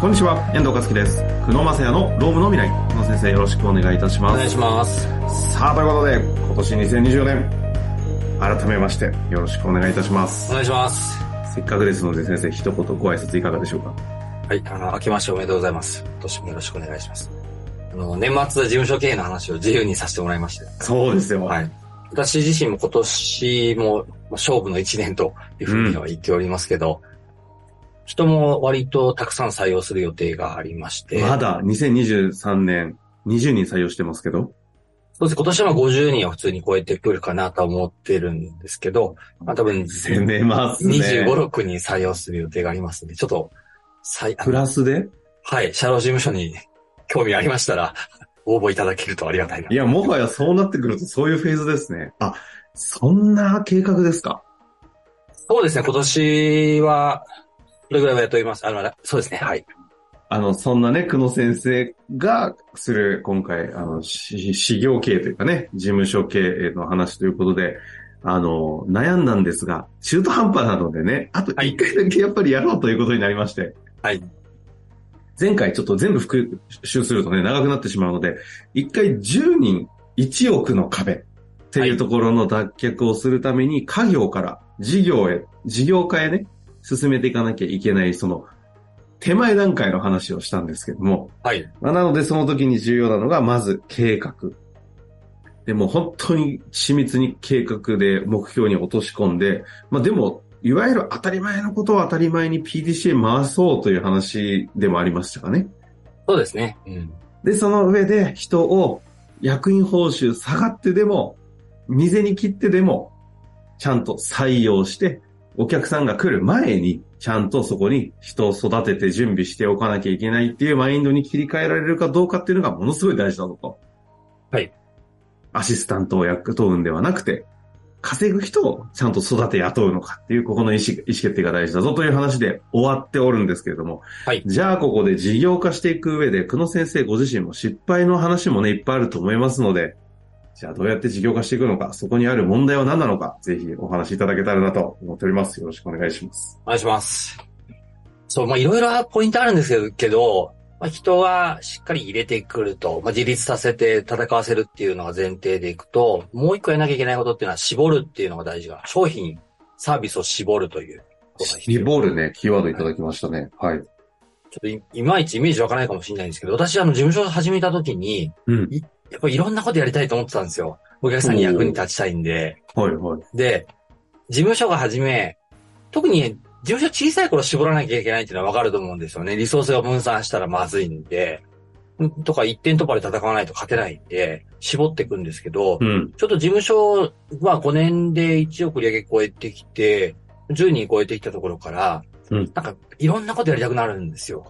こんにちは、遠藤和樹です。久野正也のロームの未来。久野先生、よろしくお願いいたしおま願いす。します。さあ、ということで、今年2024年、改めまして、よろしくお願いいたしまおす。願いします。せっかくですので、先生、一言ご挨拶いかがでしょうかはい、あの、明けましておめでとうございます。今年もよろしくお願いします。あの、年末事務所経営の話を自由にさせてもらいまして。そうですよ。はい。私自身も今年もまあ勝負の一年というふうには言っておりますけど、人も割とたくさん採用する予定がありまして、まだ2023年、20人採用してますけど、そうですね今年は50人を普通に超えてくるかなとは思ってるんですけど、まあ多 分攻めますね。 25、6人採用する予定がありますんで、ちょっと、採プラスではい、社労事務所に興味ありましたら、応募いただけるとありがたいな。いや、もはやそうなってくるとそういうフェーズですね。あ、そんな計画ですかそうですね、今年は、どれぐらいは雇いますあの、そうですね、はい。あの、そんなね、久野先生がする、今回、あの、し事業経営というかね、事務所経営の話ということで、あの、悩んだんですが、中途半端なのでね、あとはい一回だけやっぱりやろうということになりまして、はい。前回ちょっと全部復習するとね、長くなってしまうので、一回10人1億の壁っていうところの脱却をするために、家業から事業へ、事業化へね、進めていかなきゃいけない、その、手前段階の話をしたんですけども、はい。まあなので、その時に重要なのが、まず計画。でもう本当に緻密に計画で目標に落とし込んで、まあでも、いわゆる当たり前のことを当たり前に PDCA 回そうという話でもありましたかね。そうですね。うん。で、その上で人を役員報酬下がってでも、未然に切ってでも、ちゃんと採用して、お客さんが来る前に、ちゃんとそこに人を育てて準備しておかなきゃいけないっていうマインドに切り替えられるかどうかっていうのがものすごい大事だぞと。はい。アシスタントを雇うんではなくて、稼ぐ人をちゃんと育て雇うのかっていう、ここの意思意思決定が大事だぞという話で終わっておるんですけれども、じゃあここで事業化していく上で、久野先生ご自身も失敗の話もね、いっぱいあると思いますので、じゃあどうやって事業化していくのか、そこにある問題は何なのか、ぜひお話しいただけたらなと思っております。よろしくお願いします。お願いします。そう、まあいろいろポイントあるんですけど、けどまあ、人はしっかり入れてくると、まあ、自立させて戦わせるっていうのが前提でいくと、もう一個やらなきゃいけないことっていうのは絞るっていうのが大事が、商品、サービスを絞るということが必要。リボールね、キーワードいただきましたね。はい。ちょっといいまいちイメージわからないかもしれないんですけど、私あの事務所を始めた時に、うん。やっぱりいろんなことやりたいと思ってたんですよ。お客さんに役に立ちたいんで。はい、はい。で、事務所が始め、特に事務所小さい頃絞らなきゃいけないっていうのはわかると思うんですよね。リソースが分散したらまずいんで、んとか一点突破で戦わないと勝てないんで、絞っていくんですけど、うん。ちょっと事務所は5年で1億売り上げ超えてきて、10人超えてきたところから、うんなんかいろんなことやりたくなるんですよ。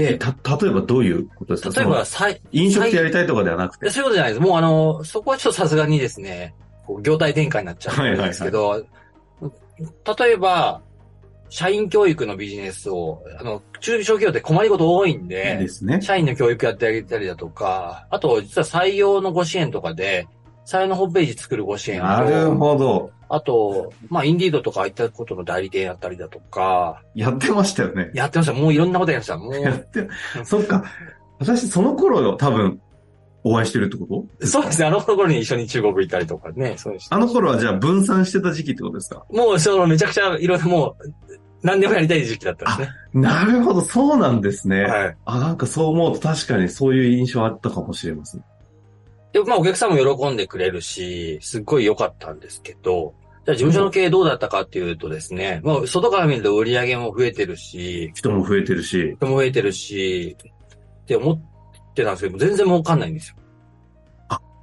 え、で、た、例えばどういうことですか例え、そばのさい、飲食店やりたいとかではなくいやて。そういうことじゃないです。もうあの、そこはちょっとさすがにですね、こう業態転換になっちゃうんですけど、例えば、社員教育のビジネスを、あの、中小企業って困りごと多いんで、ですね。社員の教育やってあげたりだとか、あと、実は採用のご支援とかで、採用のホームページ作るご支援なると、ほど。あと、まあ、インディードとかああいったことの代理店やったりだとか、やってましたよね。やってました。もういろんなことやりました。もやう、って、 そっか。私、その頃よ、多分、お会いしてるってことそうですね。あの頃に一緒に中国行ったりとかね、そうですあの頃はじゃあ分散してた時期ってことですかもう、その、めちゃくちゃ、いろんな、もう、何でもやりたい時期だったんですなるほど、そうなんですね。ね。はい。あ、なんかそう思うと確かにそういう印象あったかもしれません。で、まあ、お客さんも喜んでくれるし、すっごい良かったんですけど、じゃあ、事務所の経営どうだったかっていうとですね、もう、外から見ると売り上げも増えてるし、人も増えてるし、人も増えてるし、って思ってたんですけど、全然儲かんないんですよ。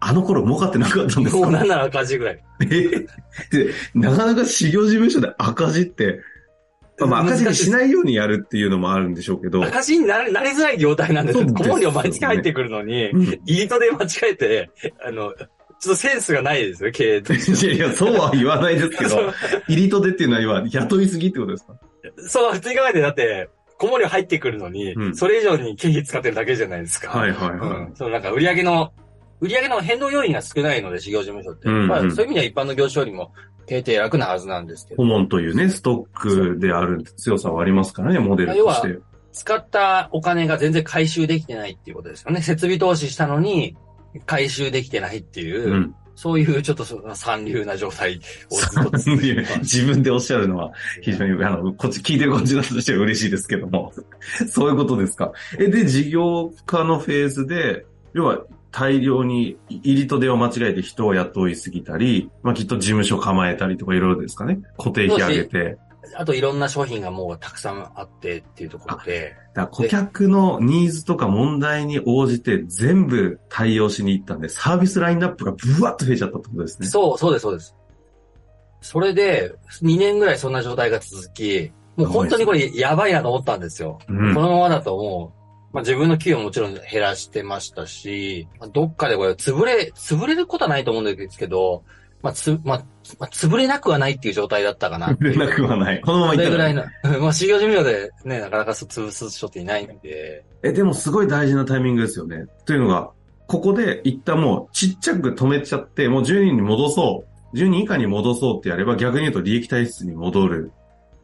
あの頃儲かってなかったんですもう、なかんなら赤字ぐらい。 えでなかなか修行事務所で赤字って、まあまあ赤字にしないようにやるっていうのもあるんでしょうけど、赤字になりなりづらい業態なんですよ。そうですよね小料毎月入ってくるのに、うん、 い入りとで間違えて、あの、ちょっとセンスがないですよ、経営 としてやいや、そうは言わないですけど、入りと出っていうのは今、雇いすぎってことですかそう、普通に考えて、だって、小盛り入ってくるのに、うんそれ以上に経費使ってるだけじゃないですか。はいはいはういん。。そのなんか売り上げの、売り上げの変動要因が少ないので、事業事務所って。うんうんまあ、そういう意味では一般の業種よりも、経営って楽なはずなんですけ顧。ど問というね、ストックである強さはありますからね、モデルとして。使ったお金が全然回収できてないっていうことですよね。設備投資したのに回収できてないっていう、うん。そういうちょっとその三流な状態をずっと 続けてます自分でおっしゃるのは 非常に、あの、こっち聞いてるこっちだとしては嬉しいですけども。 そういうことですか。え、で、事業化のフェーズで、要は大量に入りと出を間違えて人を雇いすぎたり、まあきっと事務所構えたりとかいろいろですかね。固定費上げて。あといろんな商品がもうたくさんあってっていうところで、だから顧客のニーズとか問題に応じて全部対応しに行ったんで、サービスラインナップがブワッと増えちゃったってことですね。そう、そうです、そうです。それで、2年ぐらいそんな状態が続き、もう本当にこれやばいなと思ったんですよ。うんこのままだともう、まあ、自分の給与ももちろん減らしてましたし、まあどっかでこれ潰れ、潰れることはないと思うんですけど、まあ、つ、まあ、まあ潰れなくはないっていう状態だったかなって売いう。れなくはない。このままそ行っれたぐららい。の、 まあ、修行寿命でね、なかなかそう潰す人っていないんで、え、でもすごい大事なタイミングですよね。というのが、ここで一旦もうちっちゃく止めちゃって、もう10人に戻そう。10人以下に戻そうってやれば逆に言うと利益体質に戻る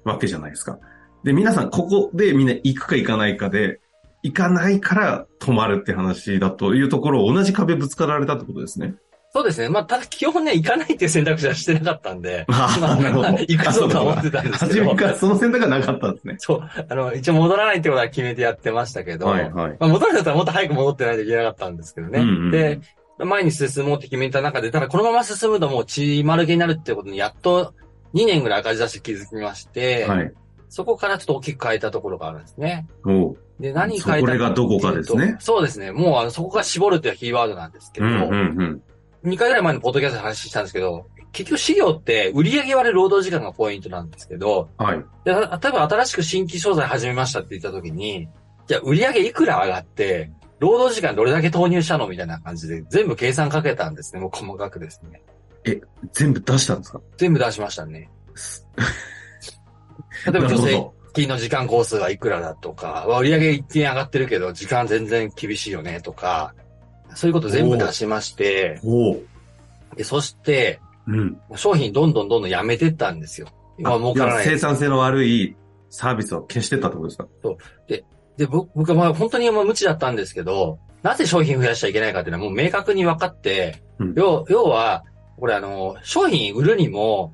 わけじゃないですか。で、皆さんここでみんな行くか行かないかで、行かないから止まるって話だというところを同じ壁ぶつかられたってことですね。そうですね。まあ、ただ基本ね、行かないっていう選択肢は してなかったんで、 あまあなるほど 行くぞとは思ってたんですけ初どめ、からその選択がなかったんですね。そう、あの、一応戻らないってことは決めてやってましたけど、はいはい。まあ、戻るんだったらもっと早く戻ってないといけなかったんですけどね。うんうんで、前に進もうって決めた中で、ただこのまま進むともう血まるけになるってことにやっと2年ぐらい赤字出して気づきまして、はい。そこからちょっと大きく変えたところがあるんですね。おうで、何変えそたこがどこかですねそうですね。もうあのそこが絞るっていうキーワードなんですけうど、んうんうん。 2回ぐらい前のポッドキャストで話したんですけど、結局資料って売り上げ割れ労働時間がポイントなんですけど、はい。で、た例えば新しく新規商材始めましたって言った時に、じゃあ売り上げいくら上がって、労働時間どれだけ投入したのみたいな感じで全部計算かけたんですね。もう細かくですね。全部出したんですか全部出しまし たね。例えば女なる性ほ金の時間工数はいくらだとか、わ売り上げ一点上がってるけど時間全然厳しいよねとか、そういうこと全部出しまして、どおう。でそしてうん。商品どんどんどんどんやめてったんですよ。今は儲からない要は生産性の悪いサービスを消してったってことですかで、ぼ僕はまあ本当にまあ無知だったんですけど、なぜ商品増やしちゃいけないかっていうのはもう明確に分かって、うん要要は、これあの、商品売るにも、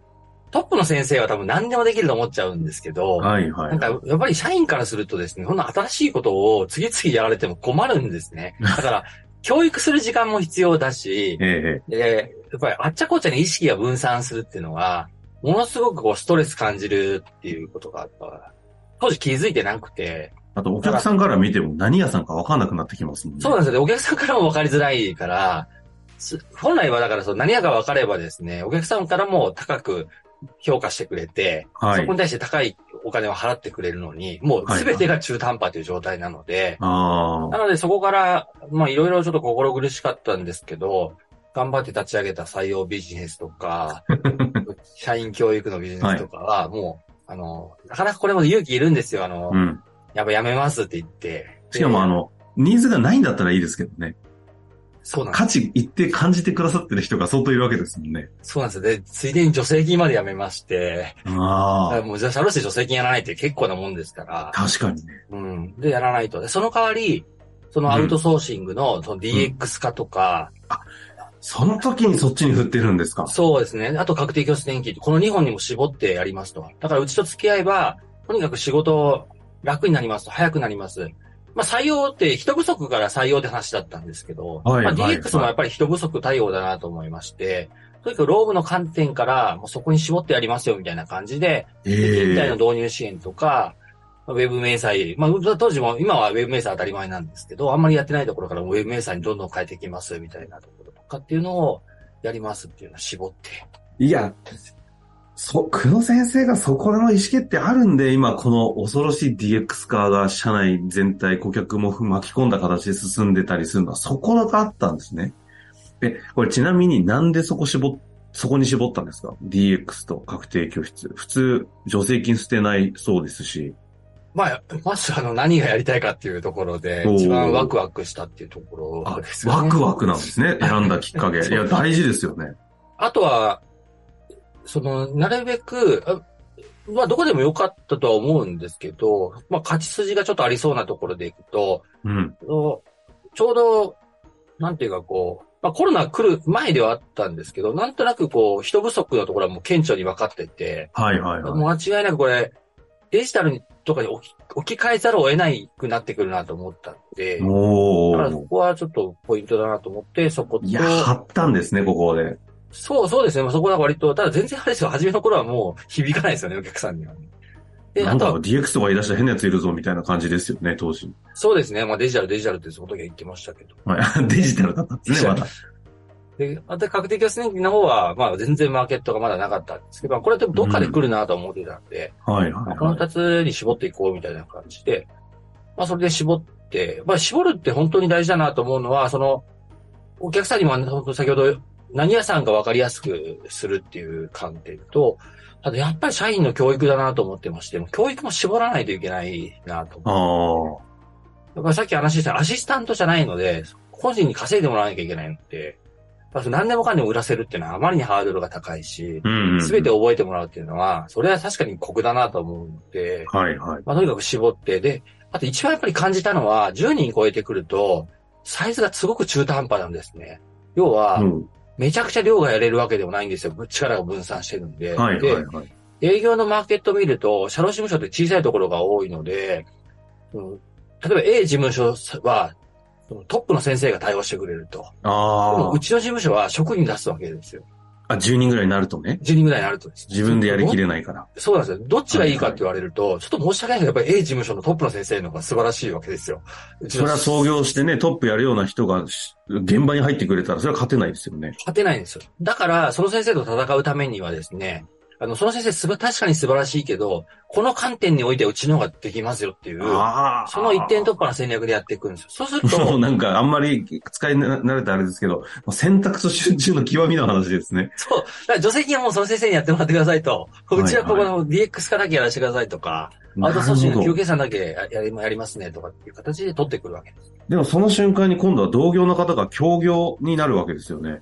トップの先生は多分何でもできると思っちゃうんですけど、はいはなんい。か、やっぱり社員からするとですね、こんな新しいことを次々やられても困るんで すね。だから、教育する時間も必要だし、えで、やっぱりあっちゃこっちゃに意識が分散するっていうのは、ものすごくこうストレス感じるっていうことがあったから。当時気づいてなくて、え。あと、お客さんから見ても何屋さんかわかんなくなってきますもんね。そうなんですよね。お客さんからも分かりづらいから、す本来はだからその何やか分かればですね、お客さんからも高く評価してくれて、はそいこ。に対して高いお金を払ってくれるのに、もう全てが中途半端という状態なので、ああ。なのでそこから、まあいろいろちょっと心苦しかったんですけど、頑張って立ち上げた採用ビジネスと か、社員教育のビジネスとかは、もう、あの、なかなかこれも勇気いるんですよ。あの、うん。やっぱやめますって言って。しかも、あの、の、ニーズがないんだったらいいですけどね。そうなんです価値一定感じてくださってる人が相当いるわけですもんね。そうなんですよ。で、ついでに助成金までやめまして、だかあらもうじゃあ、社労士で助成金やらないって結構なもんですからあ。、確かにね。うん。で、やらないと。で、その代わり、そのアウトソーシングのその DX 化とか、その時にそっちに振ってるんですかそうですね。あと確定拠出年金、この2本にも絞ってやりますと。だからうちと付き合えば、とにかく仕事楽になりますと、早くなります。まあ採用って人不足から採用って話だったんですけど、はいまあ、はい DX もやっぱり人不足対応だなと思いまして、とにかく労務の観点からもうそこに絞ってやりますよみたいな感じで、人体のええ。導入支援とか、ウェブ明細、まあ、当時も、今はウェブ明細当たり前なんですけど、あんまりやってないところからウェブ明細にどんどん変えていきますみたいなところとかっていうのをやりますっていうのを絞って。いや、そ、久野先生がそこの意思決定あるんで、今この恐ろしい DX 化が社内全体、顧客も巻き込んだ形で進んでたりするのは、そこがあったんですね。え、これちなみになんでそこ絞っ、そこに絞ったんですか ?DX と確定拠出。普通、助成金捨てないそうですし。まあ、まずあの、何がやりたいかっていうところで、おー一番ワクワクしたっていうところですよね。ワクワクなんですね。選んだきっ かけ。いや、大事ですよね。あとは、その、なるべく、あまあ、どこでも良かったとは思うんですけど、まあ、勝ち筋がちょっとありそうなところでいくと、うん。ちょうど、なんていうかこう、まあ、コロナ来る前ではあったんですけど、なんとなくこう、人不足のところはもう顕著に分かってて、はいはいはい。もう間違いなくこれ、デジタルとかに置き置き換えざるを得ないくなってくるなと思ったんで、だからそおー。こはちょっとポイントだなと思って、そことい、や、張ったんですね、ここで。そうそうですね。まあ、そこは割と、ただ全然あれですよ。初めの頃はもう響かないですよね、お客さんにはね。で、なあんとだはろう、DX とか言い出したら変なやついるぞ、みたいな感じですよね、当時。そうですね。まあデジタル、デジタルってその時は言ってましたけど。はい。 デジタルだったんですね、ま だ。で、あと確定拠出の方は、まあ全然マーケットがまだなかったんですけど、まあこれでもどっかで来るなとは思ってたんで、はいまはあいこのはい。二つに絞っていこうみたいな感じで、まあそれで絞って、まあ絞るって本当に大事だなと思うのは、その、お客さんにも本当先ほど何屋さんか分かりやすくするっていう観点と、あとやっぱり社員の教育だなと思ってまして、教育も絞らないといけないなと思っあてー。だからさっき話したアシスタントじゃないので、個人に稼いでもらわなきゃいけないので、まず何でもかんでも売らせるっていうのはあまりにハードルが高いし、うん、うん。すべて。覚えてもらうっていうのは、それは確かに酷だなと思うので、はいはい。まあ、とにかく絞って、で、あと一番やっぱり感じたのは、10人超えてくると、サイズがすごく中途半端なんですね。要はう、ん。めちゃくちゃ量がやれるわけでもないんですよ。力が分散してるんで。はいではいはい。営業のマーケットを見ると、社労事務所って小さいところが多いので、うん例えば A 事務所は、そのトップの先生が対応してくれると。であもうー。ちの事務所は職員出すわけですよ。あ、10人ぐらいになるとね。 10人ぐらいになるとですね自分でやりきれないから。そうなんですよ。どっちがいいかって言われると、ちょっと申し訳ないけど、やっぱり A 事務所のトップの先生の方が素晴らしいわけですよ。うちそのれは創業してね、トップやるような人がし現場に入ってくれたら、それは勝てないですよね。勝てないんですよ。だから、その先生と戦うためにはですね、あの、その先生すば、確かに素晴らしいけど、この観点においてはうちの方ができますよっていう、ああ。その一点突破の戦略でやっていくんですよ。そうすると、そう、なんかあんまり使い慣れたあれですけど、選択と集中の極みの話ですね。そう。だから女性にはもうその先生にやってもらってくださいと。いはいうちはここの DX 化だけやらせてくださいとか、アウトソーシングの休憩さんだけややりやりますねとかっていう形で取ってくるわけです。でもその瞬間に今度は同業の方が協業になるわけですよね。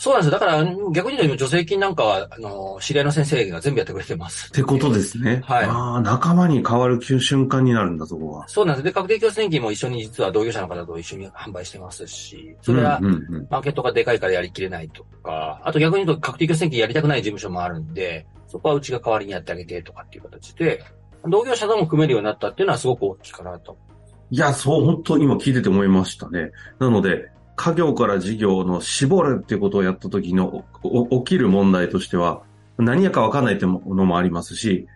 そうなんですよ。だから逆に言うと助成金なんかは、あの、知り合いの先生が全部やってくれてます。ってことですね。はいああ、仲間に変わる瞬間になるんだ、そこは。そうなんです。で、確定拠出金も一緒に実は同業者の方と一緒に販売してますし、それはうんうんうん、マーケットがでかいからやりきれないとか、あと逆に言うと確定拠出金やりたくない事務所もあるんで、そこはうちが代わりにやってあげてとかっていう形で、同業者とも組めるようになったっていうのはすごく大きいかなと。いや、そう、本当今聞いてて思いましたね。なので、家業から事業の絞るっていうことをやった時のおお起きる問題としては、何やかわかんないってものもありますし、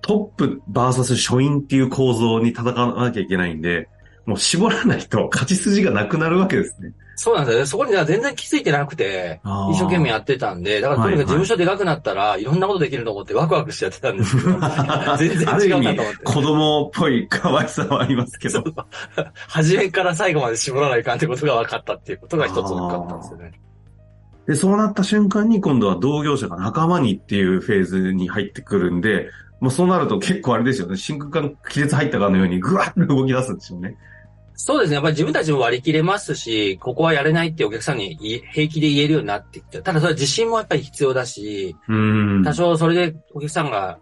トップバーサス書院っていう構造に戦わなきゃいけないんで、もう絞らないと勝ち筋がなくなるわけですね。、そうなんですよね。そこには全然気づいてなくて、一生懸命やってたんで、だからとにかく事務所でかくなったら、いろんなことできると思ってワクワクしちゃってたんですけど 全然ある違意うな味と思って。子供っぽい可愛さはありますけ そどう。初めから最後まで絞らないかんってことが分かったっていうことが一つ大きかったんですよね。で、そうなった瞬間に今度は同業者が仲間にっていうフェーズに入ってくるんで、まあそうなると結構あれですよね、真空管亀裂入ったかのようにぐわっと動き出すんですよね。そうですね。やっぱり自分たちも割り切れますし、ここはやれないってお客さんに言え平気で言えるようになってきた。ただそれは自信もやっぱり必要だし、うーん。多少それでお客さんが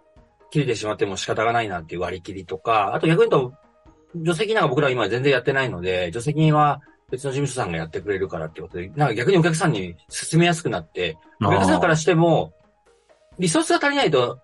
切れてしまっても仕方がないなっていう割り切りとか、あと逆に言うと、助成金なんか僕ら今全然やってないので、助成金は別の事務所さんがやってくれるからってことで、なんか逆にお客さんに勧めやすくなって、あーお客さんからしても、リソースが足りないと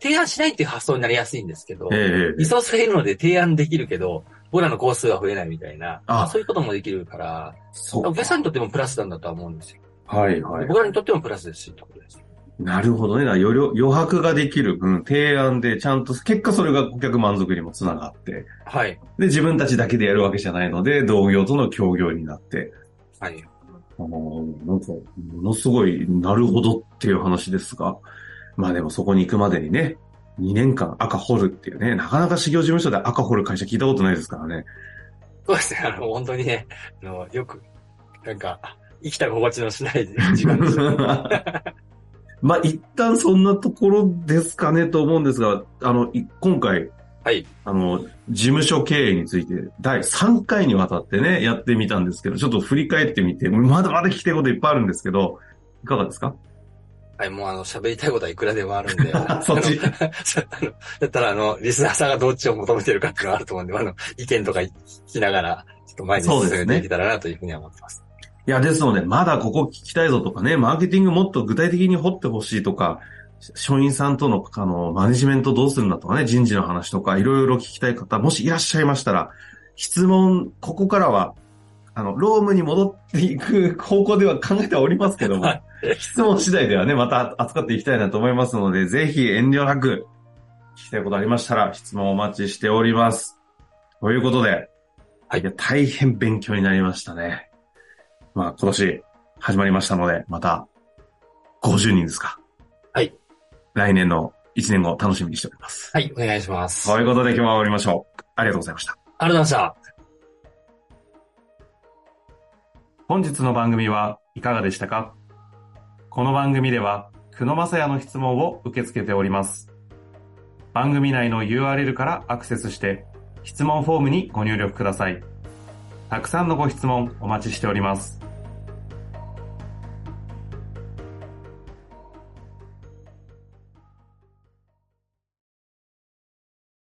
提案しないっていう発想になりやすいんですけど、ええええリソースがいるので提案できるけど、僕らの工数は増えないみたいな、あそういうこともできるから、そうかお客さんにとってもプラスなんだとは思うんですよ。はいはい。僕らにとってもプラスですし、ってことです。なるほどね。だから余量余白ができる分、提案でちゃんと、結果それが顧客満足にもつながって、はい。で、自分たちだけでやるわけじゃないので、同業との協業になって、はい。あの、なんか、ものすごい、なるほどっていう話ですが、まあでもそこに行くまでにね、2年間赤掘るっていうね、なかなか修行事務所で赤掘る会社聞いたことないですから ね。そうですね。あの、本当にね、あの、よく、なんか、生きた心地のしない時間 でした。まあ一旦そんなところですかねと思うんですが、あの、い今回、はい。あの、事務所経営について第3回にわたってね、やってみたん ですけど、ちょっと振り返ってみて、まだまだ聞きたいこといっぱいあるんですけど、いかがですかはい、もうあの、喋りたいことはいくらでもあるんで。 そっちあのそうあの だったらあの、リスナーさんがどっちを求めてるかっていうのはあると思うんで、あの、意見とか聞きながら、ちょっと前に進めていけたらなというふうには思ってます。いや、ですので、まだここ聞きたいぞとかね、マーケティングもっと具体的に掘ってほしいとか、書員さんとの、あの、マネジメントどうするんだとかね、人事の話とか、いろいろ聞きたい方、もしいらっしゃいましたら、質問、ここからは、あの、ロームに戻っていく方向では考えてはおりますけども、はい質問次第ではね、また扱っていきたいなと思いますので、ぜひ遠慮なく、聞きたいことありましたら、質問お待ちしております。ということで、はいいや、大変勉強になりましたね。まあ、今年始まりましたので、また50人ですか。はい。来年の1年後楽しみにしております。はい、お願いします。とありいうことで今日は終わりましょう。ありがとうございました。がとうございました。本日の番組はいかがでしたかこの番組では、久野正也の質問を受け付けております。番組内の URL からアクセスして、質問フォームにご入力ください。たくさんのご質問お待ちしております。